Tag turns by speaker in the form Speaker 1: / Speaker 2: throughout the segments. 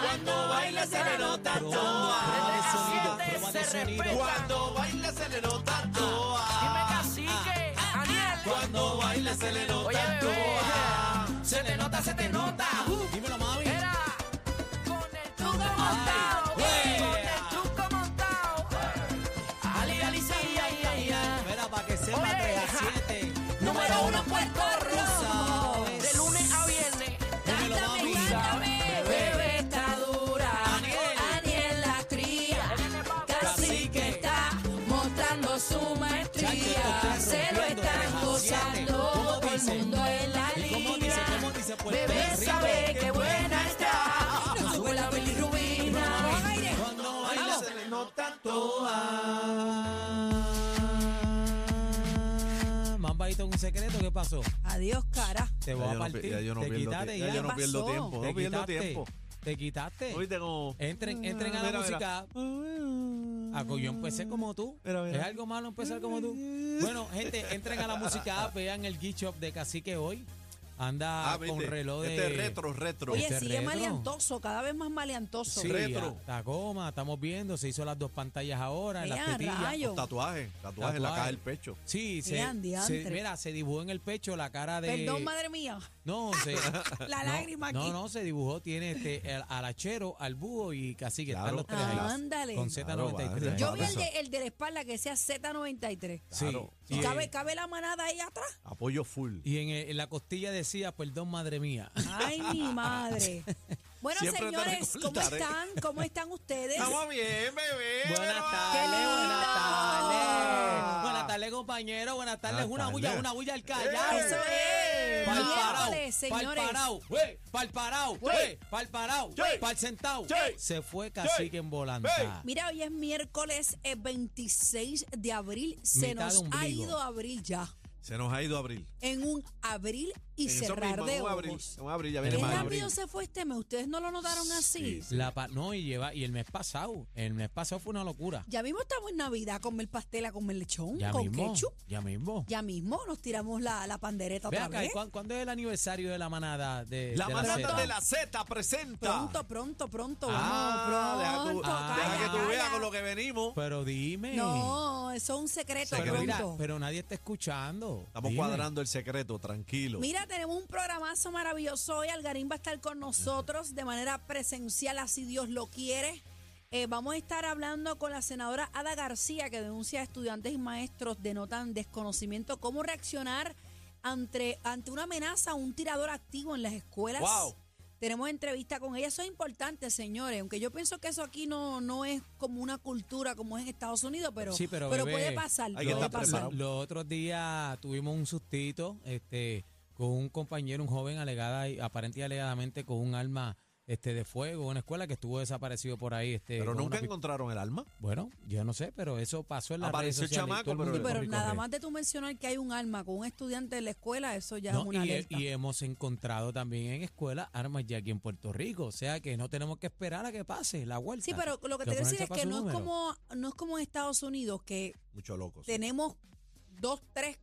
Speaker 1: Cuando baila se le nota toa.
Speaker 2: se respeta. Ah.
Speaker 1: Cuando baila se le nota toa.
Speaker 2: Dime cacique, Aniel.
Speaker 1: Ah, Cuando baila se le
Speaker 2: Oye,
Speaker 1: nota
Speaker 2: bebé.
Speaker 1: toa. Uh.
Speaker 2: Se te nota, se te nota.
Speaker 1: Dímelo, mami.
Speaker 2: Era con el truco montado.
Speaker 1: güey.
Speaker 2: Con el truco montado. Ali, ali, sí, ay, ay, ay.
Speaker 1: Mira, para que sepa
Speaker 2: Oye.
Speaker 1: 3 a 7.
Speaker 2: Número uno, Puerto Rico.
Speaker 1: sabes.
Speaker 2: De lunes a viernes.
Speaker 1: Dímelo,
Speaker 2: Cántame,
Speaker 1: mami.
Speaker 2: cántame.
Speaker 1: Bebé.
Speaker 2: Bebé está dura.
Speaker 1: Aniel.
Speaker 2: Aniel la cría. Casi que
Speaker 1: Cacique.
Speaker 2: está mostrando su maestría. Se lo están gozando. Todo el mundo en la
Speaker 1: ¿Cómo dice?
Speaker 2: línea.
Speaker 1: ¿Cómo dice? Puerto
Speaker 2: Bebé
Speaker 1: Rico.
Speaker 2: sabe que buena está. No sube la bilirrubina.
Speaker 1: Cuando baila se le nota toa. Mambadito, un secreto, ¿qué pasó?
Speaker 3: Adiós, cara.
Speaker 1: Te voy
Speaker 4: Ya
Speaker 1: a
Speaker 4: yo no pi-
Speaker 1: partir.
Speaker 4: ya yo no
Speaker 1: te
Speaker 4: pierdo
Speaker 1: quitaste
Speaker 4: tie-
Speaker 1: ya.
Speaker 4: ya yo no
Speaker 3: ¿Qué
Speaker 4: pierdo
Speaker 3: pasó?
Speaker 4: tiempo,
Speaker 1: Te
Speaker 4: no pierdo
Speaker 1: quitaste,
Speaker 4: tiempo.
Speaker 1: Te quitaste.
Speaker 4: ¿Oíste cómo?
Speaker 2: Mm,
Speaker 1: Entren, entren a la
Speaker 4: Mira,
Speaker 1: música. Ah, co- yo empecé como tú.
Speaker 4: Mira, mira.
Speaker 1: Es algo malo empezar como tú. Bueno, gente, entren a la música, vean el Geek Shop de Cacique hoy. Anda
Speaker 4: Ah,
Speaker 1: con
Speaker 4: viste,
Speaker 1: reloj de...
Speaker 4: Este es retro, retro.
Speaker 3: Oye,
Speaker 1: Este
Speaker 3: sigue
Speaker 1: retro.
Speaker 3: maleantoso, cada vez más maleantoso.
Speaker 1: Sí,
Speaker 4: retro.
Speaker 1: La goma, estamos viendo, se hizo las dos pantallas ahora, en las
Speaker 3: Ea,
Speaker 1: tetillas.
Speaker 3: rayo.
Speaker 4: Los tatuajes, tatuajes en la caja del pecho.
Speaker 1: Sí, se,
Speaker 3: Ea, diantre.
Speaker 1: se- mira, se dibujó en el pecho la cara de...
Speaker 3: Perdón, madre mía.
Speaker 1: No, se,
Speaker 3: La
Speaker 1: no,
Speaker 3: lágrima aquí.
Speaker 1: No, no, se dibujó, tiene este, al, al hachero, al búho y cacique, están
Speaker 4: Claro.
Speaker 1: los tres ahí.
Speaker 3: Ah, ándale.
Speaker 1: Con
Speaker 4: Claro,
Speaker 1: Z93.
Speaker 4: vale.
Speaker 3: Yo
Speaker 4: no,
Speaker 3: vi el
Speaker 4: eso.
Speaker 3: de, el de la espalda que sea Z93.
Speaker 1: Sí,
Speaker 4: Claro.
Speaker 1: y,
Speaker 3: Y cabe,
Speaker 1: eh,
Speaker 3: cabe la manada ahí atrás.
Speaker 4: Apoyo full.
Speaker 1: y en, eh, en la costilla decía, perdón, madre mía.
Speaker 3: Ay, mi madre. Bueno,
Speaker 4: Siempre te
Speaker 3: señores, ¿cómo
Speaker 4: recordaré.
Speaker 3: están? ¿Cómo están ustedes?
Speaker 4: Estamos bien, bebé.
Speaker 1: Buenas
Speaker 4: Mira,
Speaker 1: tardes, buenas tardes.
Speaker 4: lindo.
Speaker 1: Buenas tardes, compañero. Buenas tardes.
Speaker 4: Buenas
Speaker 1: Una
Speaker 4: tardes.
Speaker 1: bulla, una bulla al callao.
Speaker 3: Eso es.
Speaker 1: Pa'l parao,
Speaker 3: Miércoles,
Speaker 1: pa'l
Speaker 3: señores.
Speaker 1: parao, güey, pa'l parao, güey, pa'l parao, eh,
Speaker 4: Sí.
Speaker 1: pa'l sentao.
Speaker 4: Sí.
Speaker 1: Se fue cacique en volanta.
Speaker 3: Mira, hoy es miércoles eh, 26 de abril. Se
Speaker 1: Mitad de
Speaker 3: nos ha
Speaker 1: ombligo.
Speaker 3: ido abril ya.
Speaker 4: Se nos ha ido abril.
Speaker 3: En un abril y
Speaker 4: En eso
Speaker 3: cerrar
Speaker 4: mismo,
Speaker 3: de
Speaker 4: en un
Speaker 3: ojos.
Speaker 4: abril. en un abril, ya
Speaker 1: En
Speaker 4: viene Eh,
Speaker 3: Qué
Speaker 1: un
Speaker 4: más
Speaker 1: abril.
Speaker 3: rápido se fue este mes. Ustedes no lo notaron
Speaker 4: Sí,
Speaker 3: así.
Speaker 4: sí.
Speaker 1: La pa- no, y lleva, y el mes pasado, el mes pasado fue una locura.
Speaker 3: Ya mismo estamos en Navidad, comer pastel, a comer lechón,
Speaker 1: Ya
Speaker 3: con
Speaker 1: mismo,
Speaker 3: ketchup.
Speaker 1: ya mismo.
Speaker 3: Ya mismo nos tiramos la, la pandereta
Speaker 1: Ve
Speaker 3: otra
Speaker 1: acá, ¿y
Speaker 3: vez.
Speaker 1: cuán- ¿cuándo es el aniversario de la manada de
Speaker 4: La
Speaker 1: de
Speaker 4: manada
Speaker 1: Zeta?
Speaker 4: de la Z presenta.
Speaker 3: Pronto, pronto, pronto.
Speaker 4: Ah, deja,
Speaker 3: vamos,
Speaker 4: tú-
Speaker 3: pronto.
Speaker 1: ah,
Speaker 3: calla,
Speaker 4: deja que tú
Speaker 3: calla.
Speaker 4: veas con lo que venimos.
Speaker 1: Pero dime.
Speaker 3: No, eso es un secreto.
Speaker 1: Pero,
Speaker 4: Secreto.
Speaker 1: mira,
Speaker 3: pronto.
Speaker 1: pero nadie está escuchando.
Speaker 4: Estamos
Speaker 1: Dime.
Speaker 4: cuadrando el secreto, tranquilo.
Speaker 3: Mira, tenemos un programazo maravilloso hoy. Algarín va a estar con nosotros de manera presencial, así Dios lo quiere. Eh, vamos a estar hablando con la senadora Ada García, que denuncia a estudiantes y maestros denotan desconocimiento. ¿Cómo reaccionar ante, ante una amenaza, un tirador activo en las escuelas?
Speaker 4: Wow.
Speaker 3: Tenemos entrevista con ella. Eso es importante, señores. Aunque yo pienso que eso aquí no, no es como una cultura como es en Estados Unidos, pero,
Speaker 1: Sí, pero, bebé,
Speaker 3: puede pasar.
Speaker 4: hay que
Speaker 3: puede
Speaker 4: estar
Speaker 3: pasar.
Speaker 4: preparado.
Speaker 1: Los otros días tuvimos un sustito este, con un compañero, un joven alegada y aparente y alegadamente con un arma este, de fuego en una escuela que estuvo desaparecido por ahí. Este,
Speaker 4: Pero
Speaker 1: con una
Speaker 4: nunca
Speaker 1: pi-
Speaker 4: encontraron el alma.
Speaker 1: Bueno, yo no sé, pero eso pasó en la
Speaker 4: Apareció el chamaco,
Speaker 3: Sí,
Speaker 4: Pero
Speaker 3: pero
Speaker 4: Rico,
Speaker 3: nada
Speaker 4: ¿qué?
Speaker 3: más de tú mencionar que hay un alma con un estudiante de la escuela, eso ya es
Speaker 1: No,
Speaker 3: una
Speaker 1: y, he-
Speaker 3: alerta.
Speaker 1: y hemos encontrado también en escuelas armas ya aquí en Puerto Rico. O sea que no tenemos que esperar a que pase la vuelta.
Speaker 3: sí, pero lo que
Speaker 1: Que
Speaker 3: te quiero
Speaker 1: ponerse
Speaker 3: decir es
Speaker 1: pa'
Speaker 3: que
Speaker 1: su
Speaker 3: no es
Speaker 1: número.
Speaker 3: como no es como en Estados Unidos que
Speaker 4: Muchos locos.
Speaker 3: tenemos dos, tres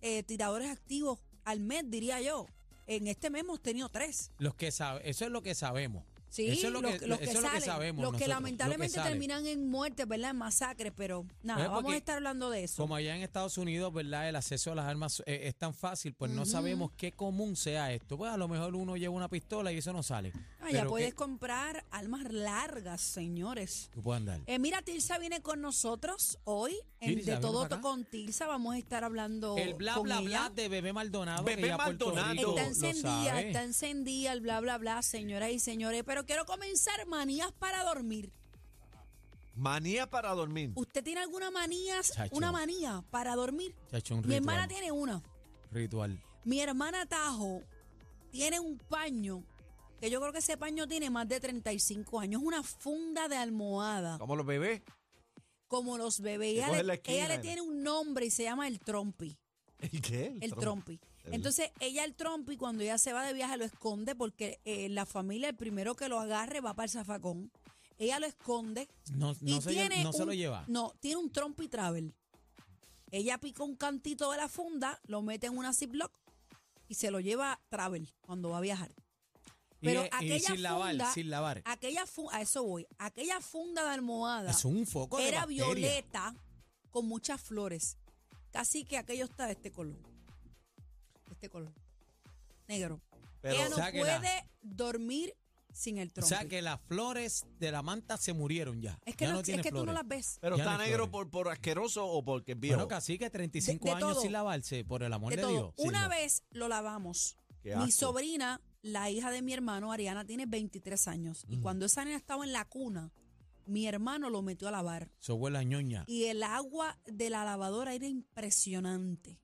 Speaker 3: eh, tiradores activos al mes, diría yo. En este mes hemos tenido tres.
Speaker 1: Los que sabe, eso es lo que sabemos.
Speaker 3: Sí,
Speaker 1: Eso es lo
Speaker 3: los,
Speaker 1: que-
Speaker 3: los
Speaker 1: eso es lo que
Speaker 3: salen,
Speaker 1: sabemos
Speaker 3: los que
Speaker 1: nosotros, lo que
Speaker 3: lamentablemente
Speaker 1: sale.
Speaker 3: terminan en muerte, ¿verdad? En masacres, pero nada,
Speaker 1: Pues porque-
Speaker 3: vamos a estar hablando de eso.
Speaker 1: Como allá en Estados Unidos, ¿verdad? El acceso a las armas eh, es tan fácil, pues no sabemos qué común sea esto. Pues a lo mejor uno lleva una pistola y eso no sale.
Speaker 3: Ah, ya
Speaker 1: Pero
Speaker 3: puedes
Speaker 1: que-
Speaker 3: comprar almas largas, señores.
Speaker 1: Tú puedes andar.
Speaker 3: Eh, mira, Tilsa viene con nosotros hoy. En
Speaker 1: Tilsa,
Speaker 3: de
Speaker 1: ven
Speaker 3: todo
Speaker 1: para acá.
Speaker 3: con Tilsa vamos a estar hablando.
Speaker 1: El bla,
Speaker 3: con
Speaker 1: bla,
Speaker 3: ella.
Speaker 1: bla de Bebé Maldonado. que
Speaker 4: Bebé
Speaker 1: ya Puerto
Speaker 4: Maldonado.
Speaker 1: Rico
Speaker 3: Está
Speaker 1: lo
Speaker 3: encendida,
Speaker 1: sabe.
Speaker 3: está encendida el bla, bla, bla, señoras y señores. Pero quiero comenzar manías para dormir.
Speaker 4: Manía para dormir.
Speaker 3: ¿Usted tiene alguna manía,
Speaker 1: Chacho.
Speaker 3: una manía para dormir?
Speaker 1: Chacho, un
Speaker 3: Mi hermana
Speaker 1: ritual.
Speaker 3: tiene una.
Speaker 1: Ritual.
Speaker 3: Mi hermana Tajo tiene un paño que yo creo que ese paño tiene más de 35 años. Es una funda de almohada.
Speaker 4: Como los bebés.
Speaker 3: Como los bebés. Ella,
Speaker 4: coge
Speaker 3: le-
Speaker 4: la esquina,
Speaker 3: ella le
Speaker 4: nena.
Speaker 3: tiene un nombre y se llama el trompi.
Speaker 4: ¿El qué?
Speaker 3: El trompi.
Speaker 4: El-
Speaker 3: Entonces, ella el trompi, cuando ella se va de viaje, lo esconde porque eh, la familia, el primero que lo agarre, va para el zafacón. Ella lo esconde.
Speaker 1: No,
Speaker 3: Y
Speaker 1: no, se, lle-
Speaker 3: tiene
Speaker 1: no se
Speaker 3: un-
Speaker 1: lo lleva.
Speaker 3: No, tiene un trompi travel. Ella pica un cantito de la funda, lo mete en una Ziploc y se lo lleva travel cuando va a viajar. Pero
Speaker 1: y,
Speaker 3: aquella
Speaker 1: y sin lavar,
Speaker 3: funda-
Speaker 1: sin lavar.
Speaker 3: Aquella fu- a eso voy, aquella funda de almohada
Speaker 1: Es un foco de
Speaker 3: era
Speaker 1: bacteria.
Speaker 3: violeta con muchas flores. Casi que aquello está de este color. De este color. Negro.
Speaker 4: Pero-
Speaker 3: Ella no
Speaker 1: Sáquela.
Speaker 3: puede dormir sin el
Speaker 1: O
Speaker 3: trompo.
Speaker 1: sea que las flores de la manta se murieron ya.
Speaker 3: es que,
Speaker 1: Ya
Speaker 3: no-
Speaker 1: no
Speaker 3: es
Speaker 1: tiene
Speaker 3: que tú no
Speaker 1: flores.
Speaker 3: las ves.
Speaker 4: Pero
Speaker 1: Ya
Speaker 4: está
Speaker 1: no hay
Speaker 4: negro
Speaker 1: flores.
Speaker 4: por, por asqueroso o porque es viejo.
Speaker 1: Bueno, casi que 35
Speaker 3: de
Speaker 1: años
Speaker 3: todo.
Speaker 1: sin lavarse, por el amor
Speaker 3: de
Speaker 1: de,
Speaker 3: todo.
Speaker 1: Dios. Sí,
Speaker 3: Una
Speaker 1: no.
Speaker 3: vez lo lavamos.
Speaker 4: Qué
Speaker 3: Mi
Speaker 4: asco.
Speaker 3: sobrina, la hija de mi hermano, Ariana, tiene 23 años.
Speaker 1: Mm.
Speaker 3: Y cuando esa nena estaba en la cuna, mi hermano lo metió a lavar.
Speaker 1: Su abuela ñoña.
Speaker 3: Y el agua de la lavadora era impresionante.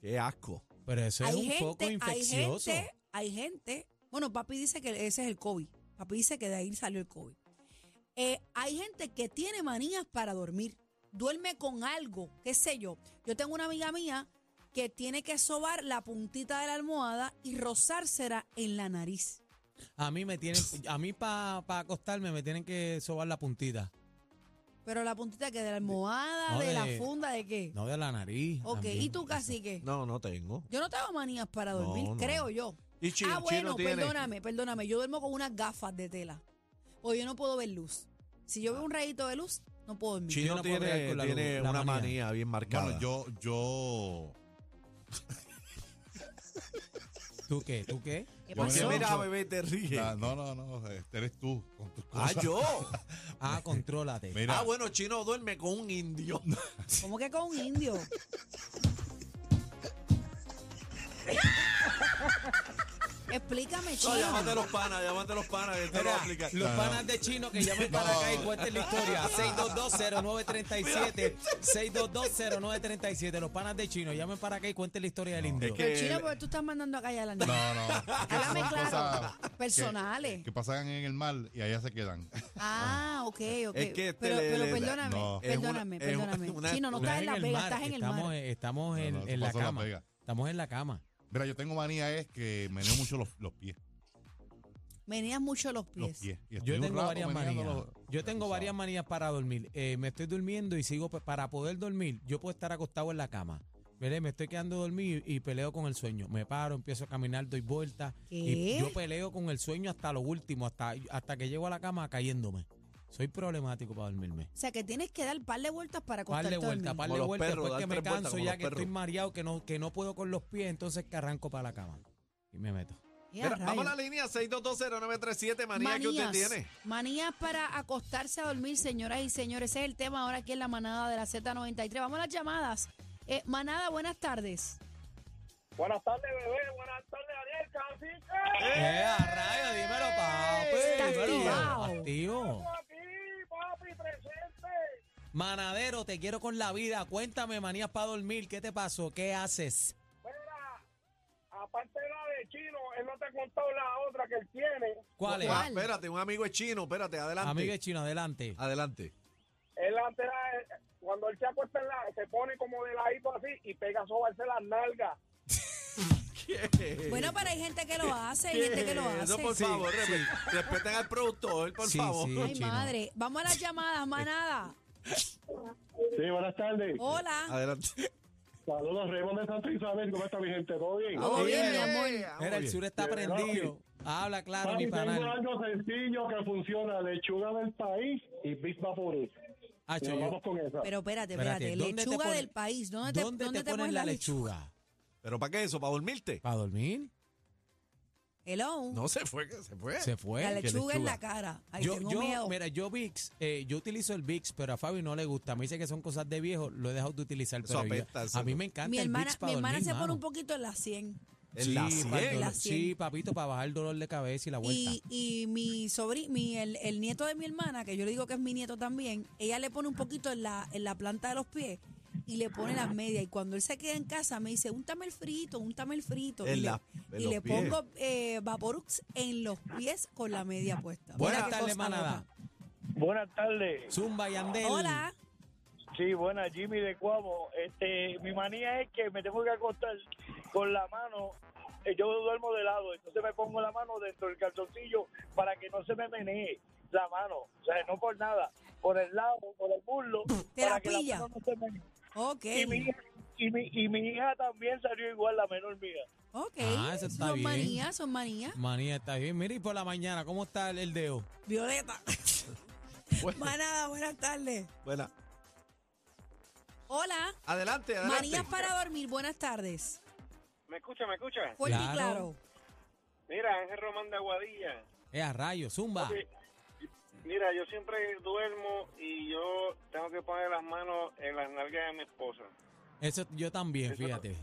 Speaker 4: Qué asco.
Speaker 1: Pero eso es un foco infeccioso.
Speaker 3: Hay gente, hay gente. Bueno, papi dice que ese es el COVID. Papi dice que de ahí salió el COVID. Eh, hay gente que tiene manías para dormir. Duerme con algo, qué sé yo. Yo tengo una amiga mía que tiene que sobar la puntita de la almohada y rozársela en la nariz.
Speaker 1: A mí me tienen, a mí para acostarme me tienen que sobar la puntita.
Speaker 3: Pero la puntita que de la almohada,
Speaker 1: no,
Speaker 3: de,
Speaker 1: de-
Speaker 3: la funda, de qué.
Speaker 1: No de la nariz.
Speaker 3: ok,
Speaker 1: también.
Speaker 3: ¿y tú, cacique?
Speaker 4: No, no tengo.
Speaker 3: Yo no tengo manías para
Speaker 4: No,
Speaker 3: dormir,
Speaker 4: no.
Speaker 3: creo yo.
Speaker 4: Y chino,
Speaker 3: ah,
Speaker 4: chino
Speaker 3: bueno,
Speaker 4: tiene.
Speaker 3: perdóname, perdóname. Yo duermo con unas gafas de tela. O yo no puedo ver luz. Si yo veo un rayito de luz, no puedo dormir.
Speaker 1: Yo
Speaker 4: Chino
Speaker 1: no puedo bregar
Speaker 4: tiene,
Speaker 1: con la
Speaker 4: tiene
Speaker 1: luz, la
Speaker 4: una
Speaker 1: manía.
Speaker 4: manía. bien marcada.
Speaker 5: Bueno, yo, yo.
Speaker 1: ¿Tú qué? ¿Tú qué?
Speaker 3: ¿Qué
Speaker 5: yo me
Speaker 4: Porque
Speaker 3: pasó?
Speaker 5: llamo-
Speaker 4: mira, bebé, te ríe.
Speaker 5: Ah, no, no, no. este eres tú con tus
Speaker 4: ah,
Speaker 5: cosas.
Speaker 4: yo.
Speaker 1: Ah, contrólate.
Speaker 5: Mira,
Speaker 4: Ah, bueno, Chino duerme con un indio.
Speaker 3: ¿Cómo que con un indio? Explícame,
Speaker 4: No,
Speaker 3: chico.
Speaker 4: llámate a los panas, llámate a los panas, que te lo
Speaker 1: Mira,
Speaker 4: aplica.
Speaker 1: los
Speaker 5: No,
Speaker 1: panas de chino que llamen para acá y cuenten la historia. 6220937. 6220937. Los panas de chino llamen para acá y cuenten la historia del indio.
Speaker 4: es que-
Speaker 3: Pero chino, porque tú estás mandando a callar a la niña.
Speaker 5: no, no. es que
Speaker 3: Háblame
Speaker 5: son
Speaker 3: claro.
Speaker 5: cosas
Speaker 3: Personales.
Speaker 5: que pasan en el mar y allá se quedan.
Speaker 3: Ah, ok, ok.
Speaker 4: Es que este
Speaker 3: pero,
Speaker 4: le-
Speaker 3: pero
Speaker 4: le-
Speaker 3: perdóname,
Speaker 5: no.
Speaker 4: Es una-
Speaker 3: perdóname,
Speaker 4: es
Speaker 3: perdóname.
Speaker 4: una-
Speaker 3: chino, no
Speaker 1: No
Speaker 3: estás en
Speaker 1: es
Speaker 3: la
Speaker 1: el
Speaker 3: Vega,
Speaker 1: mar,
Speaker 3: estás en el
Speaker 1: estamos,
Speaker 3: mar.
Speaker 1: eh, Estamos
Speaker 5: No,
Speaker 1: en,
Speaker 5: no, eso
Speaker 1: en la
Speaker 5: pasó en Las
Speaker 1: cama.
Speaker 5: Vegas.
Speaker 1: Estamos en la cama.
Speaker 5: Mira, yo tengo manía es que meneo mucho los, los pies.
Speaker 3: Venías mucho los pies.
Speaker 5: Los pies. Y estoy
Speaker 1: Yo
Speaker 5: un
Speaker 1: tengo
Speaker 5: rato
Speaker 1: varias
Speaker 5: meneando
Speaker 1: manías.
Speaker 5: los-
Speaker 1: Yo tengo
Speaker 5: Tú
Speaker 1: varias
Speaker 5: sabes.
Speaker 1: manías para dormir. Eh, me estoy durmiendo y sigo pa- para poder dormir. Yo puedo estar acostado en la cama. Mire, me estoy quedando dormido y peleo con el sueño. Me paro, empiezo a caminar, doy vueltas.
Speaker 3: ¿Qué?
Speaker 1: Y yo peleo con el sueño hasta lo último, hasta, hasta que llego a la cama cayéndome. Soy problemático para dormirme.
Speaker 3: O sea, que tienes que dar par de vueltas para
Speaker 1: Par
Speaker 3: acostarte
Speaker 1: de
Speaker 3: a dormir.
Speaker 1: vueltas, par
Speaker 4: Como
Speaker 1: de
Speaker 4: los
Speaker 1: vueltas.
Speaker 4: perros,
Speaker 1: después
Speaker 4: dar
Speaker 1: que me
Speaker 4: tres vueltas
Speaker 1: canso
Speaker 4: como
Speaker 1: ya
Speaker 4: los
Speaker 1: que estoy
Speaker 4: perros.
Speaker 1: mareado, que no, que no puedo con los pies, entonces que arranco para la cama. Y me meto.
Speaker 3: Eh,
Speaker 4: Mira,
Speaker 3: rayos.
Speaker 4: vamos a la línea 6220937, manía que usted tiene.
Speaker 3: Manías para acostarse a dormir, señoras y señores. Ese es el tema ahora aquí en la manada de la Z93. Vamos a las llamadas. Eh, manada, buenas tardes.
Speaker 6: Buenas tardes, bebé. Buenas tardes, Ariel Cacique.
Speaker 1: ¡Eh, a rayos! Dímelo, papi.
Speaker 3: Está
Speaker 1: dímelo.
Speaker 3: activado.
Speaker 1: Activo.
Speaker 6: Estamos aquí, papi, presente.
Speaker 1: Manadero, te quiero con la vida. Cuéntame, manías para dormir. ¿Qué te pasó? ¿Qué haces?
Speaker 6: Mira, aparte de la de Chino, él no te ha contado la otra que él tiene.
Speaker 1: ¿Cuál es?
Speaker 3: ¿Cuál?
Speaker 4: Ah, espérate, un amigo es chino, espérate, adelante.
Speaker 1: Amigo de chino, adelante.
Speaker 4: Adelante.
Speaker 6: Él antes era, eh, cuando él se acuesta, en la- se pone como de ladito así y pega a sobarse las nalgas.
Speaker 1: Eh.
Speaker 3: Bueno, pero hay gente que lo hace, hay gente que lo hace.
Speaker 4: Eso, Eh, por favor, respe- respeten al productor, por
Speaker 1: Sí,
Speaker 4: favor.
Speaker 1: sí.
Speaker 3: Ay,
Speaker 1: Chino.
Speaker 3: madre. Vamos a las llamadas, manada.
Speaker 6: Sí, buenas tardes.
Speaker 3: Oh. Hola.
Speaker 4: Adelante.
Speaker 3: Ah,
Speaker 6: Saludos, Raymond de Santa Isabel. ¿Cómo está mi gente? ¿Todo bien?
Speaker 3: Todo bien, mi amor.
Speaker 1: Mira, el sur está
Speaker 6: De verdad,
Speaker 1: prendido. Habla claro, mi panal.
Speaker 6: algo sencillo que funciona. Lechuga del país y Big Vaporú.
Speaker 1: Hacho, yo.
Speaker 6: con esa.
Speaker 3: Pero espérate,
Speaker 1: Espérate,
Speaker 3: espérate.
Speaker 1: ¿dónde te
Speaker 3: Lechuga
Speaker 1: pone-
Speaker 3: del país. ¿Dónde, te,
Speaker 1: ¿Dónde te pones la lechuga?
Speaker 4: ¿Pero para qué eso? ¿Para dormirte?
Speaker 1: ¿Para dormir?
Speaker 3: Hello.
Speaker 4: No, se fue, que se fue.
Speaker 1: Se
Speaker 3: la
Speaker 1: fue.
Speaker 3: lechuga, en la cara. Ay,
Speaker 1: eh, Yo,
Speaker 3: tengo
Speaker 1: yo,
Speaker 3: miedo.
Speaker 1: mira, yo VIX, eh, yo utilizo el VIX, pero a Fabi no le gusta. Me dice que son cosas de viejo, lo he dejado de utilizar.
Speaker 4: Eso
Speaker 1: Pero yo-
Speaker 4: apesta, eso
Speaker 1: a mí
Speaker 4: no.
Speaker 1: me encanta
Speaker 3: mi
Speaker 1: el
Speaker 3: hermana,
Speaker 1: VIX para
Speaker 3: mi hermana
Speaker 1: dormir,
Speaker 3: se pone
Speaker 1: mano.
Speaker 3: un poquito en la 100.
Speaker 4: En
Speaker 1: sí,
Speaker 4: la
Speaker 1: para el
Speaker 4: sien.
Speaker 1: dolor-
Speaker 3: la sien.
Speaker 1: sí, papito, para bajar el dolor de cabeza y la vuelta.
Speaker 3: Y, y mi sobrino, mi, el, el nieto de mi hermana, que yo le digo que es mi nieto también, ella le pone un poquito en la, en la planta de los pies y le pone las medias. Y cuando él se queda en casa, me dice, úntame el frito, úntame el frito.
Speaker 4: En
Speaker 3: y
Speaker 4: la-
Speaker 3: le,
Speaker 4: en
Speaker 3: y
Speaker 4: los
Speaker 3: le
Speaker 4: pies.
Speaker 3: pongo eh, Vaporux en los pies con la media puesta. Mira
Speaker 1: Buenas
Speaker 3: qué
Speaker 1: tardes,
Speaker 3: cosa
Speaker 1: manada.
Speaker 3: loca.
Speaker 6: Buenas tardes.
Speaker 1: Zumba y Andel.
Speaker 3: Hola.
Speaker 6: Sí, buena, Jimmy de Cuamo. Este, mi manía es que me tengo que acostar con la mano. eh, Yo duermo de lado, entonces me pongo la mano dentro del calzoncillo para que no se me menee la mano. O sea, no por nada, por el lado, por el burlo.
Speaker 3: Te la
Speaker 6: para que
Speaker 3: pilla.
Speaker 6: mano no se menee.
Speaker 3: Ok.
Speaker 6: Y mi, hija- y, mi, y mi hija también salió igual, la menor mía.
Speaker 3: Ok.
Speaker 1: Ah, eso está
Speaker 3: son
Speaker 1: bien.
Speaker 3: manías, son manías.
Speaker 1: Manía está bien. Mira, y por la mañana, ¿cómo está el, el dedo?
Speaker 3: Violeta. Manada, buenas tardes.
Speaker 4: Buena.
Speaker 3: Hola.
Speaker 4: Adelante, adelante.
Speaker 3: Manías para dormir, buenas tardes.
Speaker 7: ¿Me escucha, me escucha?
Speaker 3: Fuerte y
Speaker 1: Claro.
Speaker 3: claro.
Speaker 7: Mira, Ángel Román de Aguadilla.
Speaker 1: Es Eh, a rayos, zumba.
Speaker 7: Sí. Mira, yo siempre duermo y yo tengo que poner las manos en las nalgas de mi esposa.
Speaker 1: Eso yo también,
Speaker 7: Eso-
Speaker 1: fíjate.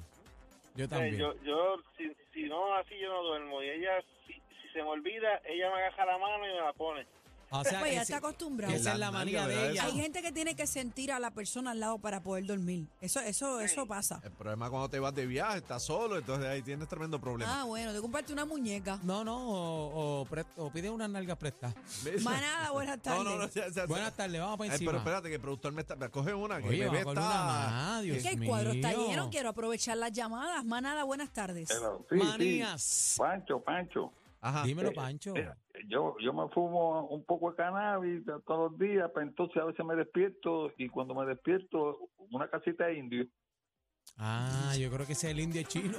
Speaker 1: Yo
Speaker 7: O sea,
Speaker 1: también.
Speaker 7: Yo, yo si, si no, así yo no duermo. Y ella, si, si se me olvida, ella me agarra la mano y me la pone.
Speaker 1: O sea,
Speaker 3: Pues ya
Speaker 1: ese-
Speaker 3: está acostumbrado.
Speaker 1: esa es la manía de ella.
Speaker 3: Hay gente que tiene que sentir a la persona al lado para poder dormir. Eso, eso, eso pasa.
Speaker 4: El problema es cuando te vas de viaje, estás solo, entonces ahí tienes tremendo problema.
Speaker 3: Ah, bueno, te compraste una muñeca.
Speaker 1: No, no, o, o pre- o pide unas nalgas prestas.
Speaker 4: ¿Ves?
Speaker 3: Manada, buenas tardes.
Speaker 4: No, no, no. ya, ya, ya.
Speaker 1: Buenas tardes, vamos para
Speaker 4: Ay, pero
Speaker 1: encima.
Speaker 4: espérate, que el productor me está. me Coge una, que
Speaker 1: Oye,
Speaker 4: el
Speaker 1: vamos
Speaker 4: bebé
Speaker 1: con
Speaker 4: está.
Speaker 1: una más, Dios
Speaker 3: Es que el cuadro está
Speaker 1: mío.
Speaker 3: lleno, quiero aprovechar las llamadas. Manada, buenas tardes.
Speaker 8: Sí,
Speaker 1: Manías.
Speaker 8: sí. Pancho, Pancho.
Speaker 4: Ajá.
Speaker 7: Eh,
Speaker 1: Dímelo, Pancho.
Speaker 8: Mira, yo, yo me fumo un poco de cannabis todos los días, pero entonces a veces me despierto y cuando me despierto, una casita de indio.
Speaker 1: Ah, yo creo que ese es el indio chino.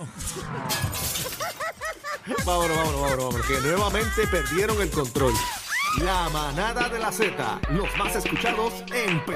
Speaker 9: Vámonos, vámonos, vámonos, vámonos, que nuevamente perdieron el control. La manada de la Z, los más escuchados en Perú.